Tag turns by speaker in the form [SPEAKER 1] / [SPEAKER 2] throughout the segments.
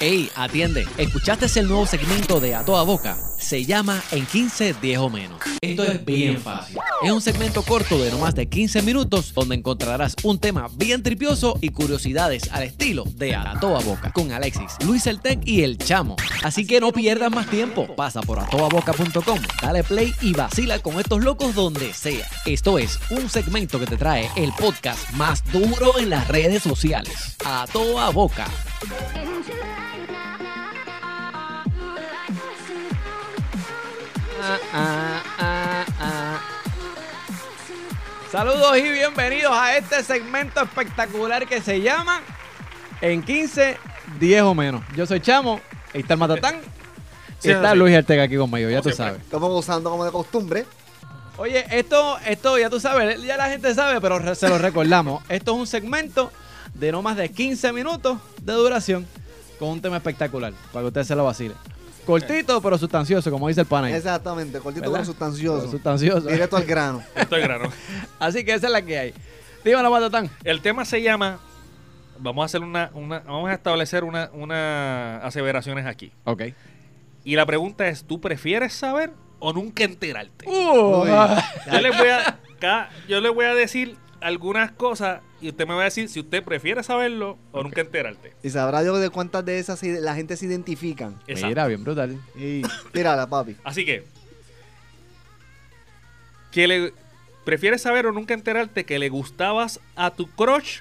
[SPEAKER 1] Ey, atiende. ¿Escuchaste el nuevo segmento de A Toda Boca? Se llama En 15, 10 o menos. Esto es bien fácil. Es un segmento corto de no más de 15 minutos donde encontrarás un tema bien tripioso y curiosidades al estilo de A Toda Boca con Alexis, Luis El Tec y El Chamo. Así que no pierdas más tiempo. Pasa por atodaboca.com, dale play y vacila con estos locos donde sea. Esto es un segmento que te trae el podcast más duro en las redes sociales. A Toda Boca.
[SPEAKER 2] Saludos y bienvenidos a este segmento espectacular que se llama En 15, 10 o menos. Yo soy Chamo, ahí está el Matatán.
[SPEAKER 3] Sí, pues.
[SPEAKER 2] Y está
[SPEAKER 3] sí.
[SPEAKER 2] Luis Artega aquí conmigo, ya tú
[SPEAKER 1] pues.
[SPEAKER 2] sabes.
[SPEAKER 3] Estamos gozando como de costumbre.
[SPEAKER 2] Oye, esto, esto ya tú sabes, ya la gente sabe, pero re- se lo recordamos. Esto es un segmento de no más de 15 minutos de duración con un tema espectacular, para que ustedes se lo vacilen. Cortito, pero sustancioso, como dice el pana ahí.
[SPEAKER 3] Exactamente, cortito
[SPEAKER 2] ¿Verdad?
[SPEAKER 3] pero sustancioso.
[SPEAKER 2] Sustancioso.
[SPEAKER 3] Directo al grano.
[SPEAKER 4] Estoy grano.
[SPEAKER 2] Así que esa es la que hay. Dímelo, Matatán.
[SPEAKER 4] El tema se llama. Vamos a hacer una, una- vamos a establecer una, una aseveraciones aquí.
[SPEAKER 2] Ok.
[SPEAKER 4] Y la pregunta es, ¿tú prefieres saber o nunca enterarte?
[SPEAKER 2] Oh.
[SPEAKER 3] Uy.
[SPEAKER 4] Yo les voy a, ca- yo les voy a decir algunas cosas y usted me va a decir si usted prefiere saberlo o nunca enterarte.
[SPEAKER 3] Y sabrá Dios de cuántas de esas se- la gente se identifican.
[SPEAKER 4] Exacto.
[SPEAKER 2] Mira, bien brutal.
[SPEAKER 3] Y tírala, papi.
[SPEAKER 4] Así que, que le prefieres saber o nunca enterarte que le gustabas a tu crush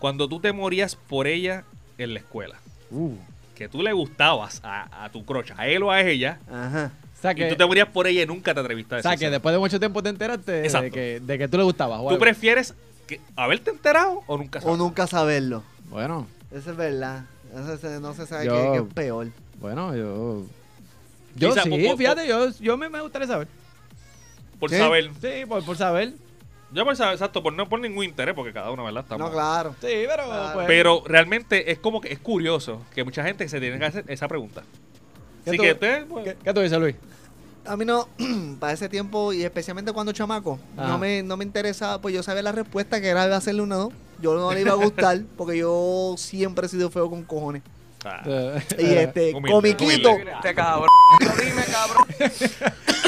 [SPEAKER 4] cuando tú te morías por ella en la escuela.
[SPEAKER 2] uh.
[SPEAKER 4] Que tú le gustabas a, a tu crush, a él o a ella,
[SPEAKER 3] Ajá.
[SPEAKER 2] O sea que,
[SPEAKER 4] y tú te morías por ella y nunca te atreviste a
[SPEAKER 2] o
[SPEAKER 4] decir.
[SPEAKER 2] sea que después de mucho tiempo te enteraste de
[SPEAKER 4] Exacto.
[SPEAKER 2] que, de que tú le gustabas. o
[SPEAKER 4] ¿Tú
[SPEAKER 2] algo.
[SPEAKER 4] prefieres que- haberte enterado o nunca
[SPEAKER 3] O
[SPEAKER 4] saber?
[SPEAKER 3] nunca saberlo.
[SPEAKER 2] Bueno,
[SPEAKER 3] Eso es verdad. Eso se- no se sabe
[SPEAKER 2] Yo-
[SPEAKER 3] qué, qué es peor.
[SPEAKER 2] bueno, yo... Yo
[SPEAKER 4] Quizá
[SPEAKER 2] sí,
[SPEAKER 4] po- po-
[SPEAKER 2] fíjate, yo, yo me, me gustaría saber.
[SPEAKER 4] Por
[SPEAKER 3] ¿Sí?
[SPEAKER 4] saber.
[SPEAKER 2] Sí, por, por saber.
[SPEAKER 4] Yo por saber, exacto, por no por ningún interés, porque cada uno, ¿verdad? Estamos-
[SPEAKER 3] No, claro.
[SPEAKER 2] Sí, pero...
[SPEAKER 3] Claro.
[SPEAKER 2] pues-
[SPEAKER 4] Pero realmente es como que es curioso que mucha gente se tiene que hacer esa pregunta.
[SPEAKER 2] ¿Qué
[SPEAKER 4] Así
[SPEAKER 2] tú-
[SPEAKER 4] que usted, pues,
[SPEAKER 2] ¿Qué, qué tú dices, Luis?
[SPEAKER 3] A mí no, para ese tiempo, y especialmente cuando chamaco,
[SPEAKER 2] Ajá.
[SPEAKER 3] no me, no me interesaba, pues yo sabía la respuesta que era de hacerle una no. Yo no le iba a gustar, porque yo siempre he sido feo con cojones.
[SPEAKER 4] ah.
[SPEAKER 2] Eh,
[SPEAKER 3] Y este,
[SPEAKER 4] Humilde,
[SPEAKER 3] comiquito,
[SPEAKER 4] humilde.
[SPEAKER 5] Este cabrón. Dime, cabrón.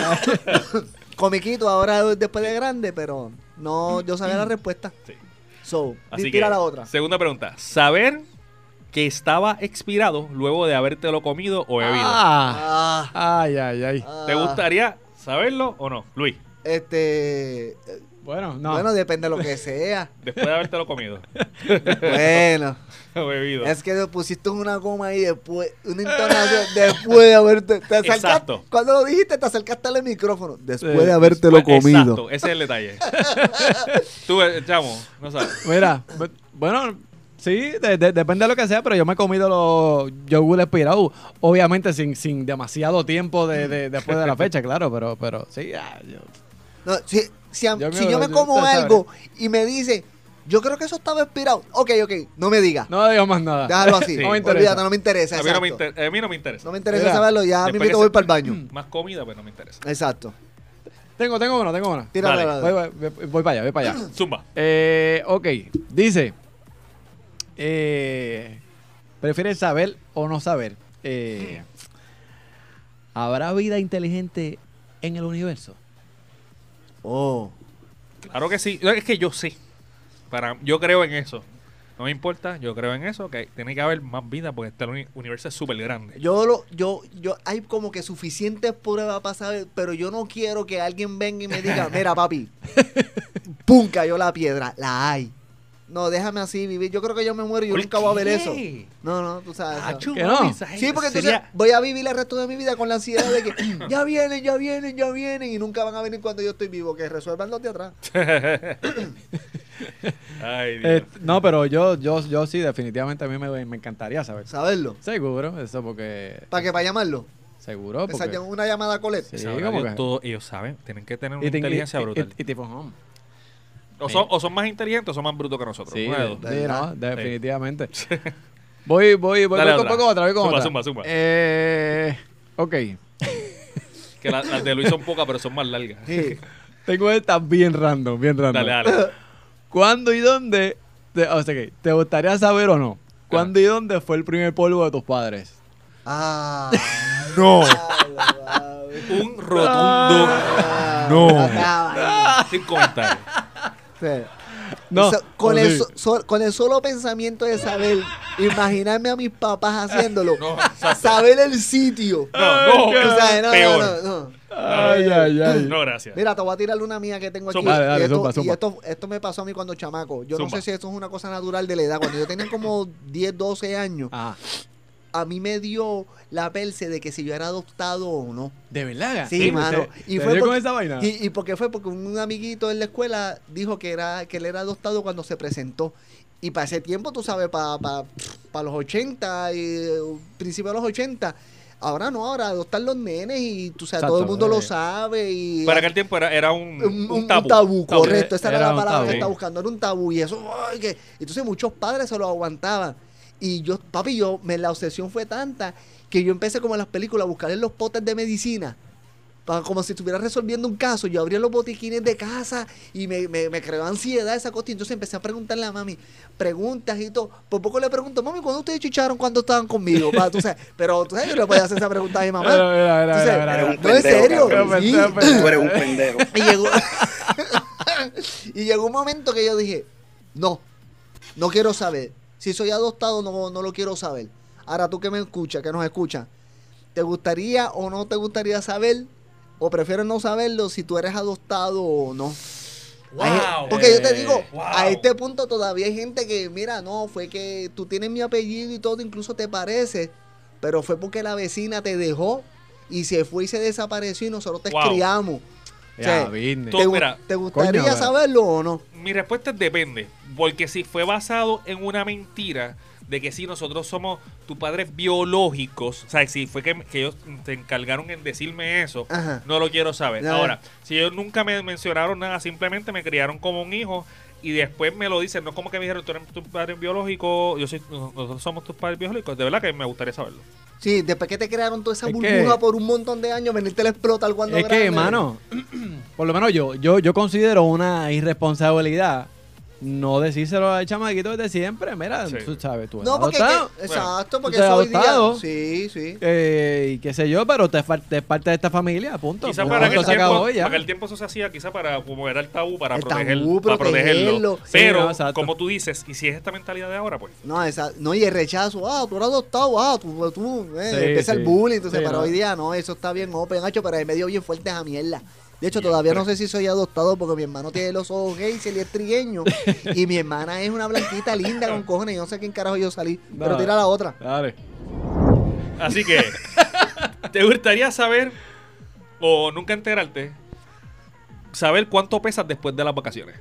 [SPEAKER 3] comiquito ahora después de grande, pero no, yo sabía la respuesta.
[SPEAKER 4] Sí.
[SPEAKER 3] So,
[SPEAKER 4] Así
[SPEAKER 3] di- tira
[SPEAKER 4] que,
[SPEAKER 3] la otra.
[SPEAKER 4] Segunda pregunta. Saber que estaba expirado luego de habértelo comido o bebido.
[SPEAKER 2] Ah,
[SPEAKER 3] Ah,
[SPEAKER 2] ay, ay, ay.
[SPEAKER 3] ah,
[SPEAKER 4] ¿Te gustaría saberlo o no, Luis?
[SPEAKER 3] Este, eh,
[SPEAKER 2] Bueno, no.
[SPEAKER 3] bueno, depende de lo que sea.
[SPEAKER 4] Después de habértelo comido
[SPEAKER 3] bueno,
[SPEAKER 4] o bebido.
[SPEAKER 3] es que pusiste una goma ahí después, una entonación después de haberte, te acercaste-
[SPEAKER 4] Exacto.
[SPEAKER 3] cuando lo dijiste te acercaste al micrófono, después
[SPEAKER 2] Sí.
[SPEAKER 3] de habértelo
[SPEAKER 4] Pues,
[SPEAKER 3] comido.
[SPEAKER 4] Exacto, ese es el detalle. Tú, eh, chamo, no sabes.
[SPEAKER 2] Mira, bu- bueno, sí, de- de- depende de lo que sea, pero yo me he comido los yogur expirados, obviamente sin, sin demasiado tiempo de, de- después de la fecha, claro, pero, pero sí, ah, yo-
[SPEAKER 3] No, si, si a- si
[SPEAKER 2] Yo
[SPEAKER 3] yo,
[SPEAKER 2] me-
[SPEAKER 3] me,
[SPEAKER 2] yo-
[SPEAKER 3] como
[SPEAKER 2] usted sabe.
[SPEAKER 3] algo y me dice, yo creo que eso estaba expirado. Ok, ok, no me diga.
[SPEAKER 2] no digo más nada.
[SPEAKER 3] Déjalo así.
[SPEAKER 4] Sí.
[SPEAKER 3] No me interesa. no me interesa.
[SPEAKER 4] A mí no me,
[SPEAKER 3] exacto.
[SPEAKER 4] inter- a mí no me interesa.
[SPEAKER 3] No me interesa
[SPEAKER 2] Mira,
[SPEAKER 3] saberlo. Ya
[SPEAKER 4] después
[SPEAKER 3] mi
[SPEAKER 4] que se-
[SPEAKER 3] voy para el baño.
[SPEAKER 4] Más comida, pues no me interesa.
[SPEAKER 3] Exacto.
[SPEAKER 2] Tengo, tengo una, tengo una.
[SPEAKER 3] Tírala.
[SPEAKER 4] Dale.
[SPEAKER 3] la-
[SPEAKER 2] Voy, voy- voy- voy para allá, voy para allá.
[SPEAKER 4] Zumba.
[SPEAKER 2] Eh, ok, dice, eh, ¿prefieres saber o no saber? Eh, ¿Habrá vida inteligente en el universo?
[SPEAKER 3] Oh.
[SPEAKER 4] Claro que sí. No, Es que yo sí. Para, yo creo en eso. No me importa, yo creo en eso, que tiene que haber más vida porque este uni- universo es súper grande.
[SPEAKER 3] Yo lo, yo, yo, hay como que suficientes pruebas para saber, pero yo no quiero que alguien venga y me diga, mira papi, pum, cayó la piedra, la hay. No, déjame así vivir. Yo creo que yo me muero y yo
[SPEAKER 4] ¿Por
[SPEAKER 3] nunca voy a ver
[SPEAKER 4] qué?
[SPEAKER 3] eso. No, no, tú sabes.
[SPEAKER 1] Ah,
[SPEAKER 3] no.
[SPEAKER 2] ¿Que no?
[SPEAKER 3] Sí, porque entonces
[SPEAKER 4] Sería-
[SPEAKER 3] voy a vivir el resto de mi vida con la ansiedad de que ya vienen, ya vienen, ya vienen y nunca van a venir cuando yo estoy vivo, que resuelvan los de atrás.
[SPEAKER 4] Ay, Dios.
[SPEAKER 2] Eh, no, pero yo, yo, yo sí, definitivamente a mí me, me encantaría saber.
[SPEAKER 3] Saberlo.
[SPEAKER 2] Seguro, eso porque.
[SPEAKER 3] ¿Para que Para llamarlo.
[SPEAKER 2] Seguro,
[SPEAKER 3] Esa-
[SPEAKER 2] porque.
[SPEAKER 3] una llamada a Colette.
[SPEAKER 2] Sí,
[SPEAKER 4] Sabrá
[SPEAKER 2] como
[SPEAKER 4] Dios,
[SPEAKER 2] que-
[SPEAKER 4] todo- ellos saben, tienen que tener una
[SPEAKER 2] y te- y-
[SPEAKER 4] inteligencia
[SPEAKER 2] y-
[SPEAKER 4] brutal.
[SPEAKER 2] Y, y tipo, home.
[SPEAKER 4] o, son, o son más inteligentes o son más brutos que nosotros.
[SPEAKER 2] Sí,
[SPEAKER 4] una de dos.
[SPEAKER 2] sí, no, definitivamente.
[SPEAKER 4] Sí.
[SPEAKER 2] Voy, voy, voy,
[SPEAKER 4] Dale
[SPEAKER 2] voy con
[SPEAKER 4] otra.
[SPEAKER 2] poco otra, voy con
[SPEAKER 4] Zumba,
[SPEAKER 2] otra.
[SPEAKER 4] zumba, zumba.
[SPEAKER 2] Eh, ok.
[SPEAKER 4] Que la- las de Luis son pocas, pero son más largas.
[SPEAKER 3] Sí.
[SPEAKER 2] Tengo esta bien random, bien random.
[SPEAKER 4] Dale, dale.
[SPEAKER 2] ¿Cuándo y dónde? te- o sea, que, ¿te gustaría saber o no? ¿Cuándo y dónde fue el primer polvo de tus padres?
[SPEAKER 3] Ah.
[SPEAKER 6] No,
[SPEAKER 4] Un rotundo
[SPEAKER 3] Ah,
[SPEAKER 6] no.
[SPEAKER 4] sin comentario.
[SPEAKER 2] No,
[SPEAKER 3] No, con,
[SPEAKER 2] no,
[SPEAKER 3] el,
[SPEAKER 2] sí.
[SPEAKER 3] so- so- con el solo pensamiento de saber, imaginarme a mis papás haciéndolo, saber el sitio.
[SPEAKER 4] No, no,
[SPEAKER 3] Tú sabes, no,
[SPEAKER 4] peor.
[SPEAKER 3] no, no, no.
[SPEAKER 2] Ay, ay, ay.
[SPEAKER 4] No, gracias.
[SPEAKER 3] Mira, te voy a tirar una mía que tengo aquí.
[SPEAKER 4] Zumba.
[SPEAKER 2] Dale, dale,
[SPEAKER 3] y esto,
[SPEAKER 2] zumba,
[SPEAKER 3] y
[SPEAKER 2] zumba.
[SPEAKER 3] esto, esto me pasó a mí cuando chamaco. Yo
[SPEAKER 4] Zumba.
[SPEAKER 3] no sé si esto es una cosa natural de la edad. Cuando yo tenía como 10, 12 años,
[SPEAKER 2] Ah,
[SPEAKER 3] a mí me dio la perse de que si yo era adoptado o no.
[SPEAKER 2] ¿de verdad?
[SPEAKER 3] Sí, mano. Y
[SPEAKER 2] Y fue
[SPEAKER 3] fue
[SPEAKER 2] con
[SPEAKER 3] porque-
[SPEAKER 2] esa vaina.
[SPEAKER 3] Y, y porque fue porque un amiguito en la escuela dijo que era que él era adoptado cuando se presentó. Y para ese tiempo, tú sabes, para los 80 y eh, principio de los 80. Ahora no, ahora adoptan los nenes y tú sabes, todo el
[SPEAKER 2] Exacto, eh.
[SPEAKER 3] mundo lo
[SPEAKER 2] sí.
[SPEAKER 3] sabe. Y
[SPEAKER 4] Para aquel tiempo era, era un,
[SPEAKER 3] un,
[SPEAKER 4] un
[SPEAKER 3] un- un
[SPEAKER 4] tabú.
[SPEAKER 3] tabú, correcto. Esa era,
[SPEAKER 2] Era
[SPEAKER 3] la
[SPEAKER 2] un
[SPEAKER 3] palabra
[SPEAKER 2] tabú.
[SPEAKER 3] que estaba buscando, era un tabú. Y eso, ay, que- entonces muchos padres se lo aguantaban. Y yo, papi, yo, me, la obsesión fue tanta que yo empecé como en las películas a buscar en los potes de medicina. pa- Como si estuviera resolviendo un caso. Yo abría los botiquines de casa y me, me, me creó ansiedad esa cosa. Y entonces empecé a preguntarle a mami preguntas y todo. Por poco le pregunto, mami, ¿cuándo ustedes chicharon cuando estaban conmigo? Pa, tú sabes, pero tú sabes, yo le podía hacer esa pregunta a mi mamá.
[SPEAKER 2] Era, era, era,
[SPEAKER 3] Tú sabes,
[SPEAKER 2] era, era.
[SPEAKER 3] No, en serio.
[SPEAKER 2] cabrón.
[SPEAKER 3] sí.
[SPEAKER 2] Pero, pero,
[SPEAKER 5] Tú eres un pendejo.
[SPEAKER 3] Y llegó, y llegó un momento que yo dije, no, no quiero saber. Si soy adoptado, no, no lo quiero saber. Ahora tú que me escuchas, que nos escuchas, ¿te gustaría o no te gustaría saber? ¿O prefieres no saberlo si tú eres adoptado o no? Hay gen-
[SPEAKER 4] Wow.
[SPEAKER 3] porque yo te digo,
[SPEAKER 4] Eh, Wow.
[SPEAKER 3] a este punto todavía hay gente que, mira, no, fue que tú tienes mi apellido y todo, incluso te parece, pero fue porque la vecina te dejó y se fue y se desapareció y nosotros te
[SPEAKER 4] Wow.
[SPEAKER 3] criamos. O sea,
[SPEAKER 2] Ya, business.
[SPEAKER 4] Tú-
[SPEAKER 3] ¿Te, gu-
[SPEAKER 4] mira,
[SPEAKER 3] te gustaría
[SPEAKER 2] coño,
[SPEAKER 3] saberlo o no?
[SPEAKER 4] Mi respuesta es depende, porque si fue basado en una mentira de que si nosotros somos tus padres biológicos, o sea, si fue que, que ellos te encargaron en decirme eso,
[SPEAKER 3] Ajá.
[SPEAKER 4] no lo quiero saber.
[SPEAKER 3] Ya.
[SPEAKER 4] Ahora, si ellos nunca me mencionaron nada, simplemente me criaron como un hijo y después me lo dicen, no como que me dijeron, tú eres tus padres biológicos, yo soy, nosotros somos tus padres biológicos, de verdad que me gustaría saberlo.
[SPEAKER 3] Sí, después que te crearon toda esa
[SPEAKER 2] Es
[SPEAKER 3] burbuja
[SPEAKER 2] que-
[SPEAKER 3] por un montón de años, venirte la explota al cuando
[SPEAKER 2] Es que,
[SPEAKER 3] grande.
[SPEAKER 2] hermano, por lo menos yo, yo, yo considero una irresponsabilidad no decírselo al chamaquito desde siempre. Mira,
[SPEAKER 4] Sí.
[SPEAKER 2] tú sabes, tú eres
[SPEAKER 3] No, porque...
[SPEAKER 2] adoptado,
[SPEAKER 3] que- exacto, porque
[SPEAKER 2] tú eres
[SPEAKER 3] eso hoy día...
[SPEAKER 2] adoptado.
[SPEAKER 3] Sí, sí.
[SPEAKER 2] eh, y qué sé yo, pero te, fal- te es parte de esta familia, punto.
[SPEAKER 4] Quizás
[SPEAKER 2] Punto,
[SPEAKER 4] para aquel
[SPEAKER 2] se
[SPEAKER 4] tiempo,
[SPEAKER 2] acabó ya.
[SPEAKER 4] para aquel tiempo eso se hacía, quizás para como era el tabú, para,
[SPEAKER 3] El
[SPEAKER 4] proteger-
[SPEAKER 3] tabú,
[SPEAKER 4] para protegerlo.
[SPEAKER 3] protegerlo.
[SPEAKER 2] Sí,
[SPEAKER 4] Pero,
[SPEAKER 2] no, exacto.
[SPEAKER 4] como tú dices, y si es esta mentalidad de ahora, pues.
[SPEAKER 3] No, esa, no, y el rechazo, ah, tú eres adoptado, ah, tú, tú, eh,
[SPEAKER 2] Sí,
[SPEAKER 3] empieza
[SPEAKER 2] sí.
[SPEAKER 3] el bullying, entonces,
[SPEAKER 2] Sí,
[SPEAKER 3] pero
[SPEAKER 2] no.
[SPEAKER 3] hoy día no, eso está bien open, hacho, pero ahí me dio bien fuerte esa mierda. De hecho, todavía no sé si soy adoptado porque mi hermano tiene los ojos gays y él es trigueño, y mi hermana es una blanquita linda con cojones, yo no sé quién carajo yo salí, pero
[SPEAKER 2] No.
[SPEAKER 3] tira la otra.
[SPEAKER 2] Dale.
[SPEAKER 4] Así que, ¿te gustaría saber o nunca enterarte? Saber cuánto pesas después de las vacaciones.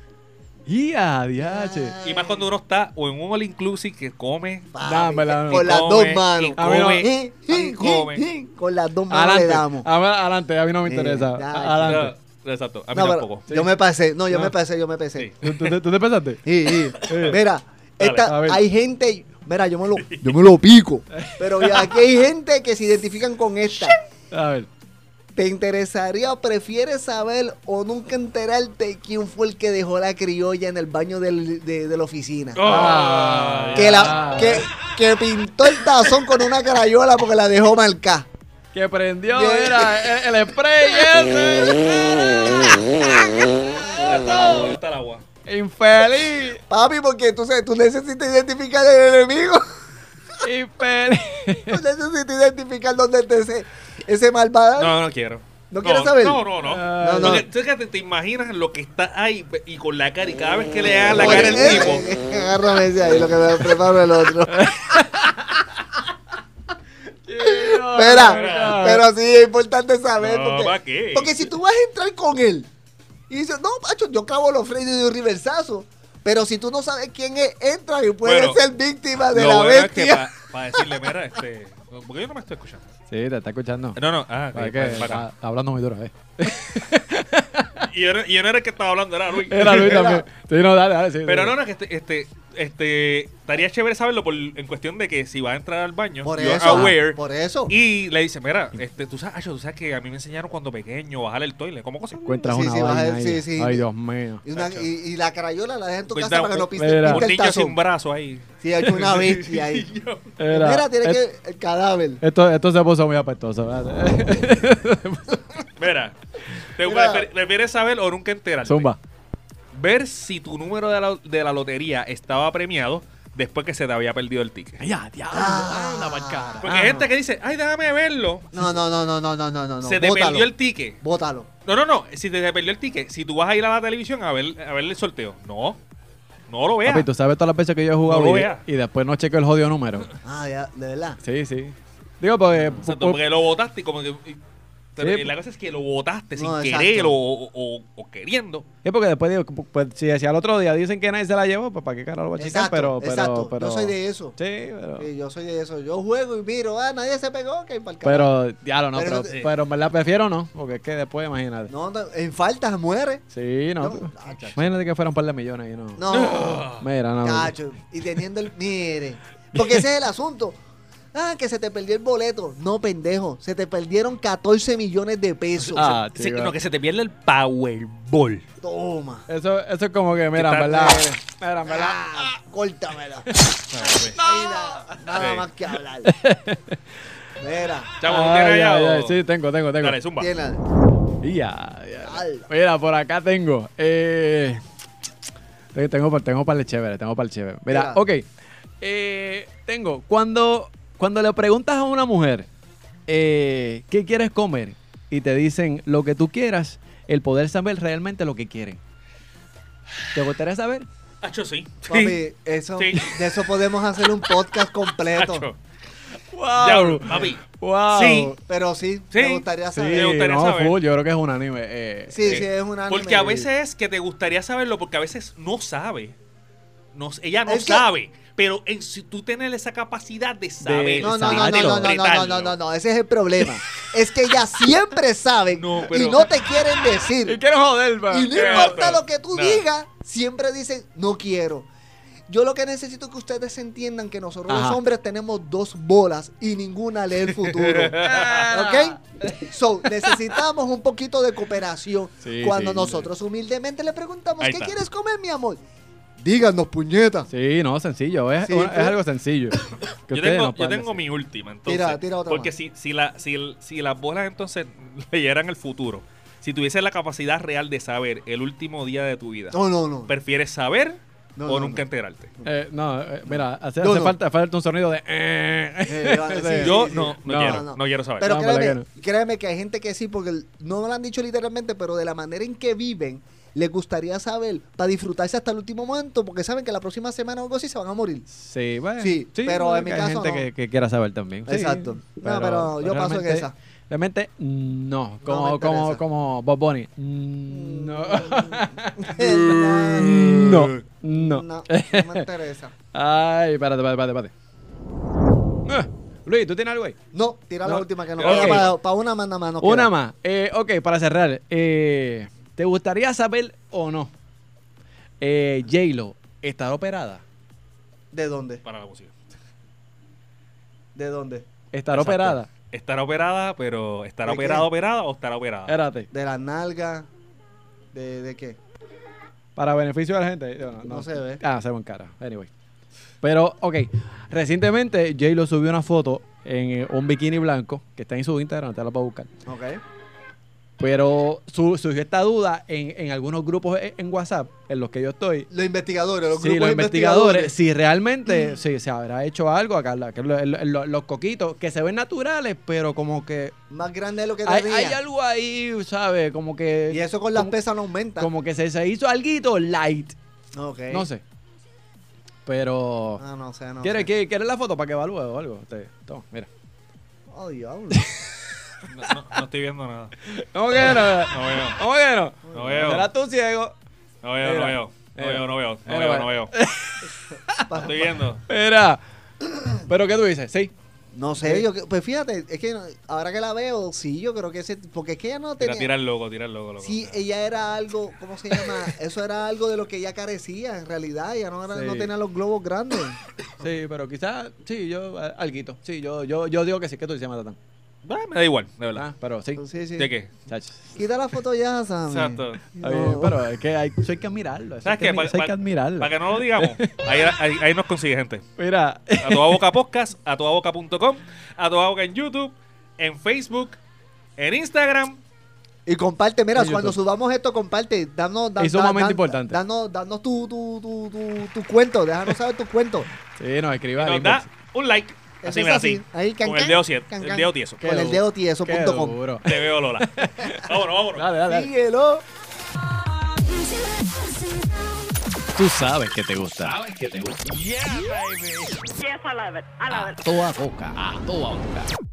[SPEAKER 2] Y a diache.
[SPEAKER 3] Ah.
[SPEAKER 4] Y más cuando uno está o en un all inclusive que come.
[SPEAKER 3] Papi,
[SPEAKER 2] Dámela, dámela.
[SPEAKER 3] con las
[SPEAKER 4] come,
[SPEAKER 3] dos
[SPEAKER 4] y
[SPEAKER 3] manos.
[SPEAKER 4] come,
[SPEAKER 3] Eh,
[SPEAKER 4] y
[SPEAKER 3] eh,
[SPEAKER 4] come.
[SPEAKER 3] eh, Con las dos manos
[SPEAKER 2] Adelante,
[SPEAKER 3] le damos. Eh,
[SPEAKER 2] A ver, adelante, a mí no me
[SPEAKER 3] Sí,
[SPEAKER 2] interesa.
[SPEAKER 3] ya,
[SPEAKER 2] A- Adelante.
[SPEAKER 4] No, exacto, a mí
[SPEAKER 3] No, pero
[SPEAKER 4] tampoco.
[SPEAKER 3] Yo me pasé, no, yo
[SPEAKER 2] No.
[SPEAKER 3] me pasé, yo me pasé.
[SPEAKER 2] ¿Tú, tú te- tú te pensaste?
[SPEAKER 3] Sí, sí.
[SPEAKER 4] Dale,
[SPEAKER 3] Mira,
[SPEAKER 2] a
[SPEAKER 3] esta,
[SPEAKER 2] ver.
[SPEAKER 3] hay gente, mira, yo me lo, yo me lo pico. Pero ya aquí hay gente que se identifican con esta.
[SPEAKER 2] A ver.
[SPEAKER 3] ¿Te interesaría o prefieres saber o nunca enterarte quién fue el que dejó la criolla en el baño del- de, de la oficina?
[SPEAKER 4] Oh. Ah,
[SPEAKER 3] Que, la, que, que pintó el tazón con una carayola porque la dejó marcada.
[SPEAKER 2] Que prendió,
[SPEAKER 3] Yeah.
[SPEAKER 2] era el, el spray ese.
[SPEAKER 4] ah, ¿dónde está el agua?
[SPEAKER 2] infeliz,
[SPEAKER 3] Papi, porque tú, sabes, tú necesitas identificar al enemigo.
[SPEAKER 2] infeliz.
[SPEAKER 3] Tú necesitas identificar dónde está ese, ese malvado.
[SPEAKER 4] No, no quiero.
[SPEAKER 3] ¿No quieres saber?
[SPEAKER 4] No, no, no.
[SPEAKER 2] Ah,
[SPEAKER 3] no.
[SPEAKER 4] Porque tú es que te, te imaginas lo que está ahí y con la cara y cada vez que le haga la
[SPEAKER 3] Oye,
[SPEAKER 4] cara al
[SPEAKER 3] eh,
[SPEAKER 4] tipo.
[SPEAKER 3] eh, Agárrame ese ahí, lo que me preparo el otro. Espera, pero sí, es importante saber.
[SPEAKER 4] No, ¿pa' qué?
[SPEAKER 3] porque, porque si tú vas a entrar con él y dices, no, macho, yo cabo los Freddy de un reversazo. Pero si tú no sabes quién es, entra y puedes
[SPEAKER 4] Bueno,
[SPEAKER 3] ser víctima de
[SPEAKER 4] lo
[SPEAKER 3] la
[SPEAKER 4] bueno es que
[SPEAKER 3] bestia.
[SPEAKER 4] para decirle, mira, este. Porque yo no me estoy escuchando.
[SPEAKER 2] Sí, te está escuchando.
[SPEAKER 4] No, no, ah,
[SPEAKER 2] Para
[SPEAKER 4] ok,
[SPEAKER 2] que,
[SPEAKER 4] para acá.
[SPEAKER 2] está hablando muy duro, eh.
[SPEAKER 4] Y yo, no- y yo no era el que estaba hablando, era Luis.
[SPEAKER 2] Era Luis también. Sí, no, dale, dale. sí,
[SPEAKER 4] Pero
[SPEAKER 2] sí.
[SPEAKER 4] no, no, que este, este, este, estaría chévere saberlo por, en cuestión de que si va a entrar al baño,
[SPEAKER 3] Por
[SPEAKER 4] you're
[SPEAKER 3] eso.
[SPEAKER 4] aware.
[SPEAKER 3] Por eso.
[SPEAKER 4] Y le dice, mira, este, tú sabes, acho, tú sabes que a mí me enseñaron cuando pequeño bajar el toilet, ¿cómo cosa?
[SPEAKER 2] Encuentras
[SPEAKER 3] Sí,
[SPEAKER 2] una
[SPEAKER 3] sí, vas a ver,
[SPEAKER 2] vaina ahí.
[SPEAKER 3] sí, sí.
[SPEAKER 2] Ay, Dios mío.
[SPEAKER 3] Y, una- y- y la crayola la dejas en tu
[SPEAKER 4] Cuenta
[SPEAKER 3] casa para
[SPEAKER 4] Pues un-
[SPEAKER 3] que no pise
[SPEAKER 2] Mira.
[SPEAKER 3] pinte
[SPEAKER 4] Un
[SPEAKER 3] el
[SPEAKER 4] niño sin
[SPEAKER 3] tazón.
[SPEAKER 4] brazo ahí.
[SPEAKER 3] Sí, ha hecho una bestia ahí.
[SPEAKER 2] Era-
[SPEAKER 3] Mira, tiene
[SPEAKER 2] et-
[SPEAKER 3] que... El cadáver.
[SPEAKER 2] esto, esto se puso muy apestoso. ¿verdad?
[SPEAKER 4] Mira, te
[SPEAKER 3] Mira.
[SPEAKER 4] prefer- prefieres saber o nunca enterarte.
[SPEAKER 2] Zumba.
[SPEAKER 4] Ver si tu número de la, de la lotería estaba premiado después que se te había perdido el ticket.
[SPEAKER 1] Ya, diablo,
[SPEAKER 3] Ah.
[SPEAKER 1] anda pa'l cara.
[SPEAKER 4] Porque hay gente que dice, ay, déjame verlo.
[SPEAKER 3] No, no, no, no, no, no, no, no.
[SPEAKER 4] se te
[SPEAKER 3] bótalo,
[SPEAKER 4] perdió el ticket.
[SPEAKER 3] Bótalo.
[SPEAKER 4] No, no, no. Si te, te perdió el ticket, si tú vas a ir a la televisión a ver, a ver el sorteo. No. No lo veas.
[SPEAKER 2] Papi, tú sabes todas las veces que yo he jugado
[SPEAKER 4] No lo
[SPEAKER 2] y,
[SPEAKER 4] veas.
[SPEAKER 2] y después no checo el jodido número.
[SPEAKER 3] Ah, ya, de verdad.
[SPEAKER 2] Sí, sí. Digo, porque.
[SPEAKER 4] O sea, tú
[SPEAKER 2] por-
[SPEAKER 4] porque lo votaste como que... y- pero
[SPEAKER 2] Sí.
[SPEAKER 4] la cosa es que lo votaste
[SPEAKER 3] No,
[SPEAKER 4] sin
[SPEAKER 3] exacto.
[SPEAKER 4] querer o, o- o- o queriendo.
[SPEAKER 2] sí, porque después digo, pues, si, si al otro día dicen que nadie se la llevó, pues para qué carajo lo voy a checar.
[SPEAKER 3] Exacto,
[SPEAKER 2] pero, pero,
[SPEAKER 3] exacto.
[SPEAKER 2] pero.
[SPEAKER 3] Yo soy de eso.
[SPEAKER 2] Sí, pero.
[SPEAKER 3] Sí, yo soy de eso. Yo juego y miro. Ah, nadie se pegó. Que pa'l carajo.
[SPEAKER 2] Pero, diablo, no,
[SPEAKER 3] Pero
[SPEAKER 2] pero,
[SPEAKER 3] no
[SPEAKER 2] pero,
[SPEAKER 3] te-
[SPEAKER 2] en verdad prefiero no, porque es que después, imagínate.
[SPEAKER 3] No, no, en faltas muere.
[SPEAKER 2] Sí, no.
[SPEAKER 3] No,
[SPEAKER 2] tú-
[SPEAKER 3] ah, chacho.
[SPEAKER 2] imagínate que fueran un par de millones y no.
[SPEAKER 3] No.
[SPEAKER 2] Mira, no.
[SPEAKER 3] Cacho, y teniendo el. Mire. Porque ese es el asunto. Ah, que se te perdió el boleto. No, pendejo. Se te perdieron 14 millones de pesos.
[SPEAKER 2] Ah,
[SPEAKER 4] Se-
[SPEAKER 2] chico.
[SPEAKER 4] no, que se te pierde el Powerball.
[SPEAKER 3] Toma.
[SPEAKER 2] Eso, eso es como que, mira, en
[SPEAKER 4] Quitar-
[SPEAKER 2] verdad. Mira, en verdad.
[SPEAKER 3] Ah, córtamela. Ah, Ahí nada, nada
[SPEAKER 4] Sí.
[SPEAKER 3] más que hablar. Mira.
[SPEAKER 4] Chavo, ¿tú
[SPEAKER 2] Ay,
[SPEAKER 4] tienes allá
[SPEAKER 2] ay,
[SPEAKER 4] o-
[SPEAKER 2] ay, Sí, tengo, tengo, tengo.
[SPEAKER 4] Dale, zumba.
[SPEAKER 3] Tiene.
[SPEAKER 2] Ya, ya.
[SPEAKER 3] Al-
[SPEAKER 2] Mira, por acá tengo. Eh, te- tengo, pa- tengo para el chévere, tengo para el chévere. Mira,
[SPEAKER 3] Mira.
[SPEAKER 2] ok. Eh, tengo, cuando, cuando le preguntas a una mujer eh, qué quieres comer y te dicen lo que tú quieras, el poder saber realmente lo que quieren. ¿Te gustaría saber?
[SPEAKER 4] Acho, sí.
[SPEAKER 3] Papi, eso,
[SPEAKER 4] Sí.
[SPEAKER 3] de eso podemos hacer un podcast completo.
[SPEAKER 4] Acho. Diablo, papi.
[SPEAKER 2] ¡Wow!
[SPEAKER 4] Sí.
[SPEAKER 3] Pero sí,
[SPEAKER 4] Sí.
[SPEAKER 3] me gustaría
[SPEAKER 2] Sí,
[SPEAKER 4] Me
[SPEAKER 3] saber.
[SPEAKER 4] gustaría
[SPEAKER 2] no,
[SPEAKER 4] saber.
[SPEAKER 2] full, yo creo que es un anime. eh,
[SPEAKER 3] Sí, sí,
[SPEAKER 4] Sí.
[SPEAKER 3] es un anime.
[SPEAKER 4] Porque a veces es que te gustaría saberlo, porque a veces no sabe. No, s- ella no
[SPEAKER 3] Es que-
[SPEAKER 4] sabe. Pero en, si tú tienes esa capacidad de saber,
[SPEAKER 3] No, no, no,
[SPEAKER 4] de
[SPEAKER 3] no, no, no, no,
[SPEAKER 4] interpretarlo.
[SPEAKER 3] no, no, no, ese es el problema. Es que ya siempre saben
[SPEAKER 4] No, pero-
[SPEAKER 3] y no te quieren
[SPEAKER 2] Y
[SPEAKER 3] decir.
[SPEAKER 2] quiero joder, pa.
[SPEAKER 3] Y no
[SPEAKER 4] pero-
[SPEAKER 3] importa lo que tú
[SPEAKER 4] no.
[SPEAKER 3] digas, siempre dicen, no quiero. Yo lo que necesito es que ustedes entiendan que nosotros
[SPEAKER 2] Ajá.
[SPEAKER 3] los hombres tenemos dos bolas y ninguna lee el futuro. ¿Ok? So, necesitamos un poquito de cooperación.
[SPEAKER 2] Sí,
[SPEAKER 3] Cuando
[SPEAKER 2] sí.
[SPEAKER 3] nosotros humildemente le preguntamos,
[SPEAKER 4] Ahí
[SPEAKER 3] ¿qué
[SPEAKER 4] está.
[SPEAKER 3] quieres comer, mi amor? Díganos, puñeta.
[SPEAKER 2] Sí, no, sencillo. Es,
[SPEAKER 3] Sí,
[SPEAKER 2] una-
[SPEAKER 3] pero-
[SPEAKER 2] es algo sencillo. que
[SPEAKER 4] yo
[SPEAKER 2] ustedes
[SPEAKER 4] tengo,
[SPEAKER 2] no
[SPEAKER 4] yo
[SPEAKER 2] pueden
[SPEAKER 4] tengo
[SPEAKER 2] decir.
[SPEAKER 4] mi última, entonces.
[SPEAKER 3] Tira- tira otra
[SPEAKER 4] porque
[SPEAKER 3] más.
[SPEAKER 4] si, si, la, si, el- si las bolas entonces leyeran el futuro, si tuviese la capacidad real de saber el último día de tu vida,
[SPEAKER 3] No, no, no.
[SPEAKER 4] ¿prefieres saber
[SPEAKER 3] No,
[SPEAKER 4] o
[SPEAKER 3] no,
[SPEAKER 4] nunca enterarte?
[SPEAKER 2] Eh, no, eh, mira, hace,
[SPEAKER 3] No,
[SPEAKER 2] hace
[SPEAKER 3] no.
[SPEAKER 2] Falta, falta un sonido de. eh.
[SPEAKER 3] Eh, va, sí, sí,
[SPEAKER 4] Yo
[SPEAKER 3] sí.
[SPEAKER 4] no, no,
[SPEAKER 2] No,
[SPEAKER 4] quiero,
[SPEAKER 3] no.
[SPEAKER 4] no. quiero saber.
[SPEAKER 3] Pero
[SPEAKER 2] No, pero
[SPEAKER 3] créeme,
[SPEAKER 2] que
[SPEAKER 3] créeme que hay gente que sí, porque el- no me lo han dicho literalmente, pero de la manera en que viven, les gustaría saber para disfrutarse hasta el último momento, porque saben que la próxima semana o algo así se van a morir.
[SPEAKER 2] Sí, bueno.
[SPEAKER 3] Sí, pero
[SPEAKER 2] bueno,
[SPEAKER 3] en mi
[SPEAKER 2] que hay
[SPEAKER 3] caso
[SPEAKER 2] gente
[SPEAKER 3] no.
[SPEAKER 2] que, que quiera saber también. Sí,
[SPEAKER 3] Exacto. No, pero yo paso en
[SPEAKER 2] realmente-
[SPEAKER 3] esa.
[SPEAKER 2] Realmente, no. Como,
[SPEAKER 3] No me
[SPEAKER 2] como,
[SPEAKER 3] interesa. Mm.
[SPEAKER 2] como Bob Bunny. No.
[SPEAKER 3] no,
[SPEAKER 2] no. No.
[SPEAKER 3] no me interesa.
[SPEAKER 2] Ay, espérate, espérate, espérate. Ah,
[SPEAKER 3] Eh,
[SPEAKER 2] Luis, ¿tú tienes algo ahí?
[SPEAKER 3] No, tira
[SPEAKER 2] No.
[SPEAKER 3] la última que nos
[SPEAKER 2] Ok.
[SPEAKER 3] queda para, una más nada más. nos
[SPEAKER 2] Una
[SPEAKER 3] queda.
[SPEAKER 2] más. Eh, ok, para cerrar. eh, ¿Te gustaría saber o no? Eh, J-Lo, ¿estará operada?
[SPEAKER 3] ¿De dónde?
[SPEAKER 4] para la música.
[SPEAKER 3] ¿De dónde?
[SPEAKER 4] Exacto.
[SPEAKER 2] ¿Estará operada?
[SPEAKER 4] Estará operada, pero ¿estará
[SPEAKER 3] ¿De qué?
[SPEAKER 4] operada, operada o estará
[SPEAKER 3] Ah.
[SPEAKER 4] operada?
[SPEAKER 2] Espérate.
[SPEAKER 3] ¿De la nalga? ¿De, de qué?
[SPEAKER 2] Para beneficio de la gente. No, no,
[SPEAKER 3] No se ve.
[SPEAKER 2] Ah, se ve en cara. Anyway. Pero, ok. Recientemente, J-Lo subió una foto en eh, un bikini blanco que está en su Instagram, te la puedo buscar.
[SPEAKER 3] Ok.
[SPEAKER 2] Pero su- surgió esta duda en, en algunos grupos e- en WhatsApp, en los que yo estoy,
[SPEAKER 3] Los investigadores, los
[SPEAKER 2] Sí,
[SPEAKER 3] grupos
[SPEAKER 2] los
[SPEAKER 3] de
[SPEAKER 2] investigadores, si realmente si se habrá hecho algo acá, la- que lo- lo- lo- los coquitos, que se ven naturales, pero como que
[SPEAKER 3] Más grande de lo que
[SPEAKER 2] hay,
[SPEAKER 3] tenía.
[SPEAKER 2] hay algo ahí, ¿sabes? Como que...
[SPEAKER 3] Y eso con las
[SPEAKER 2] como-
[SPEAKER 3] pesas no aumenta.
[SPEAKER 2] Como que se, se hizo alguito light,
[SPEAKER 3] Ok.
[SPEAKER 2] no sé. Pero...
[SPEAKER 3] Ah, no sé, no
[SPEAKER 2] ¿Quieres
[SPEAKER 3] sé.
[SPEAKER 2] quieres- quieres la foto para que evalúe o algo? Te- toma, mira.
[SPEAKER 3] Oh, diablo.
[SPEAKER 4] No, no- no estoy viendo nada.
[SPEAKER 2] ¿Cómo que no?
[SPEAKER 4] No veo,
[SPEAKER 2] ¿Cómo que no?
[SPEAKER 4] no veo.
[SPEAKER 2] Serás tú ciego.
[SPEAKER 4] No veo,
[SPEAKER 2] Mira,
[SPEAKER 4] no veo. No
[SPEAKER 2] mira.
[SPEAKER 4] veo, no veo. No
[SPEAKER 2] Mira,
[SPEAKER 4] veo, no veo. No estoy viendo.
[SPEAKER 2] Mira. ¿Pero qué tú dices? ¿Sí?
[SPEAKER 3] No sé, yo que- pues fíjate, es que ahora que la veo, sí, yo creo que ese, porque es que ella no
[SPEAKER 4] Tira,
[SPEAKER 3] tenía,
[SPEAKER 4] tira el logo, tira el logo, loco.
[SPEAKER 3] sí, eh. ella era algo, ¿cómo se llama? Eso era algo de lo que ella carecía en realidad, ella no, era-
[SPEAKER 2] Sí.
[SPEAKER 3] no tenía los globos grandes.
[SPEAKER 2] Sí, pero quizás, sí, yo, eh, alguito. Sí, yo, yo, yo digo que sí, que tú dices Matatán.
[SPEAKER 4] Ah, me da igual, de verdad.
[SPEAKER 2] Ah, pero sí,
[SPEAKER 3] Sí, Ah, sí.
[SPEAKER 4] ¿De qué?
[SPEAKER 2] chacho.
[SPEAKER 3] Quita la foto ya, Sammy.
[SPEAKER 4] Exacto.
[SPEAKER 3] No.
[SPEAKER 2] Oye, pero es que hay, eso hay que admirarlo. eso hay
[SPEAKER 4] ¿Sabes
[SPEAKER 2] que,
[SPEAKER 4] qué?
[SPEAKER 2] admi-
[SPEAKER 4] Pa-
[SPEAKER 2] eso hay
[SPEAKER 4] pa-
[SPEAKER 2] que admirarlo.
[SPEAKER 4] Para que no lo digamos, ahí, ahí- ahí nos consigue gente.
[SPEAKER 2] Mira,
[SPEAKER 4] A toda boca podcast, a toda boca.com, a toda boca en YouTube, en Facebook, en Instagram.
[SPEAKER 3] Y comparte, mira,
[SPEAKER 2] En
[SPEAKER 3] cuando
[SPEAKER 2] YouTube.
[SPEAKER 3] subamos esto, comparte. Danos, da-
[SPEAKER 2] Es sumamente
[SPEAKER 3] da-
[SPEAKER 2] importante.
[SPEAKER 3] Danos, danos tu, tu, tu, tu, tu cuento, déjanos saber tu cuento.
[SPEAKER 2] sí, nos escriba al
[SPEAKER 4] Nos
[SPEAKER 2] inbox.
[SPEAKER 4] da un like. Así,
[SPEAKER 3] Eso es
[SPEAKER 4] mira,
[SPEAKER 3] así.
[SPEAKER 4] así.
[SPEAKER 3] Ahí, can,
[SPEAKER 4] Con el
[SPEAKER 3] can,
[SPEAKER 4] dedo siete,
[SPEAKER 3] can,
[SPEAKER 4] el
[SPEAKER 3] can.
[SPEAKER 4] dedo tieso.
[SPEAKER 3] Con el
[SPEAKER 2] Qué
[SPEAKER 3] dedo
[SPEAKER 2] Qué
[SPEAKER 3] tieso.com.
[SPEAKER 2] duro.
[SPEAKER 4] Te veo, Lola. vámonos, vámonos.
[SPEAKER 2] Dale, dale, dale.
[SPEAKER 3] Síguelo.
[SPEAKER 1] Tú sabes que te gusta. Sabes que te gusta.
[SPEAKER 7] Yes, I love it. I love it.
[SPEAKER 1] A toda boca. A toda boca.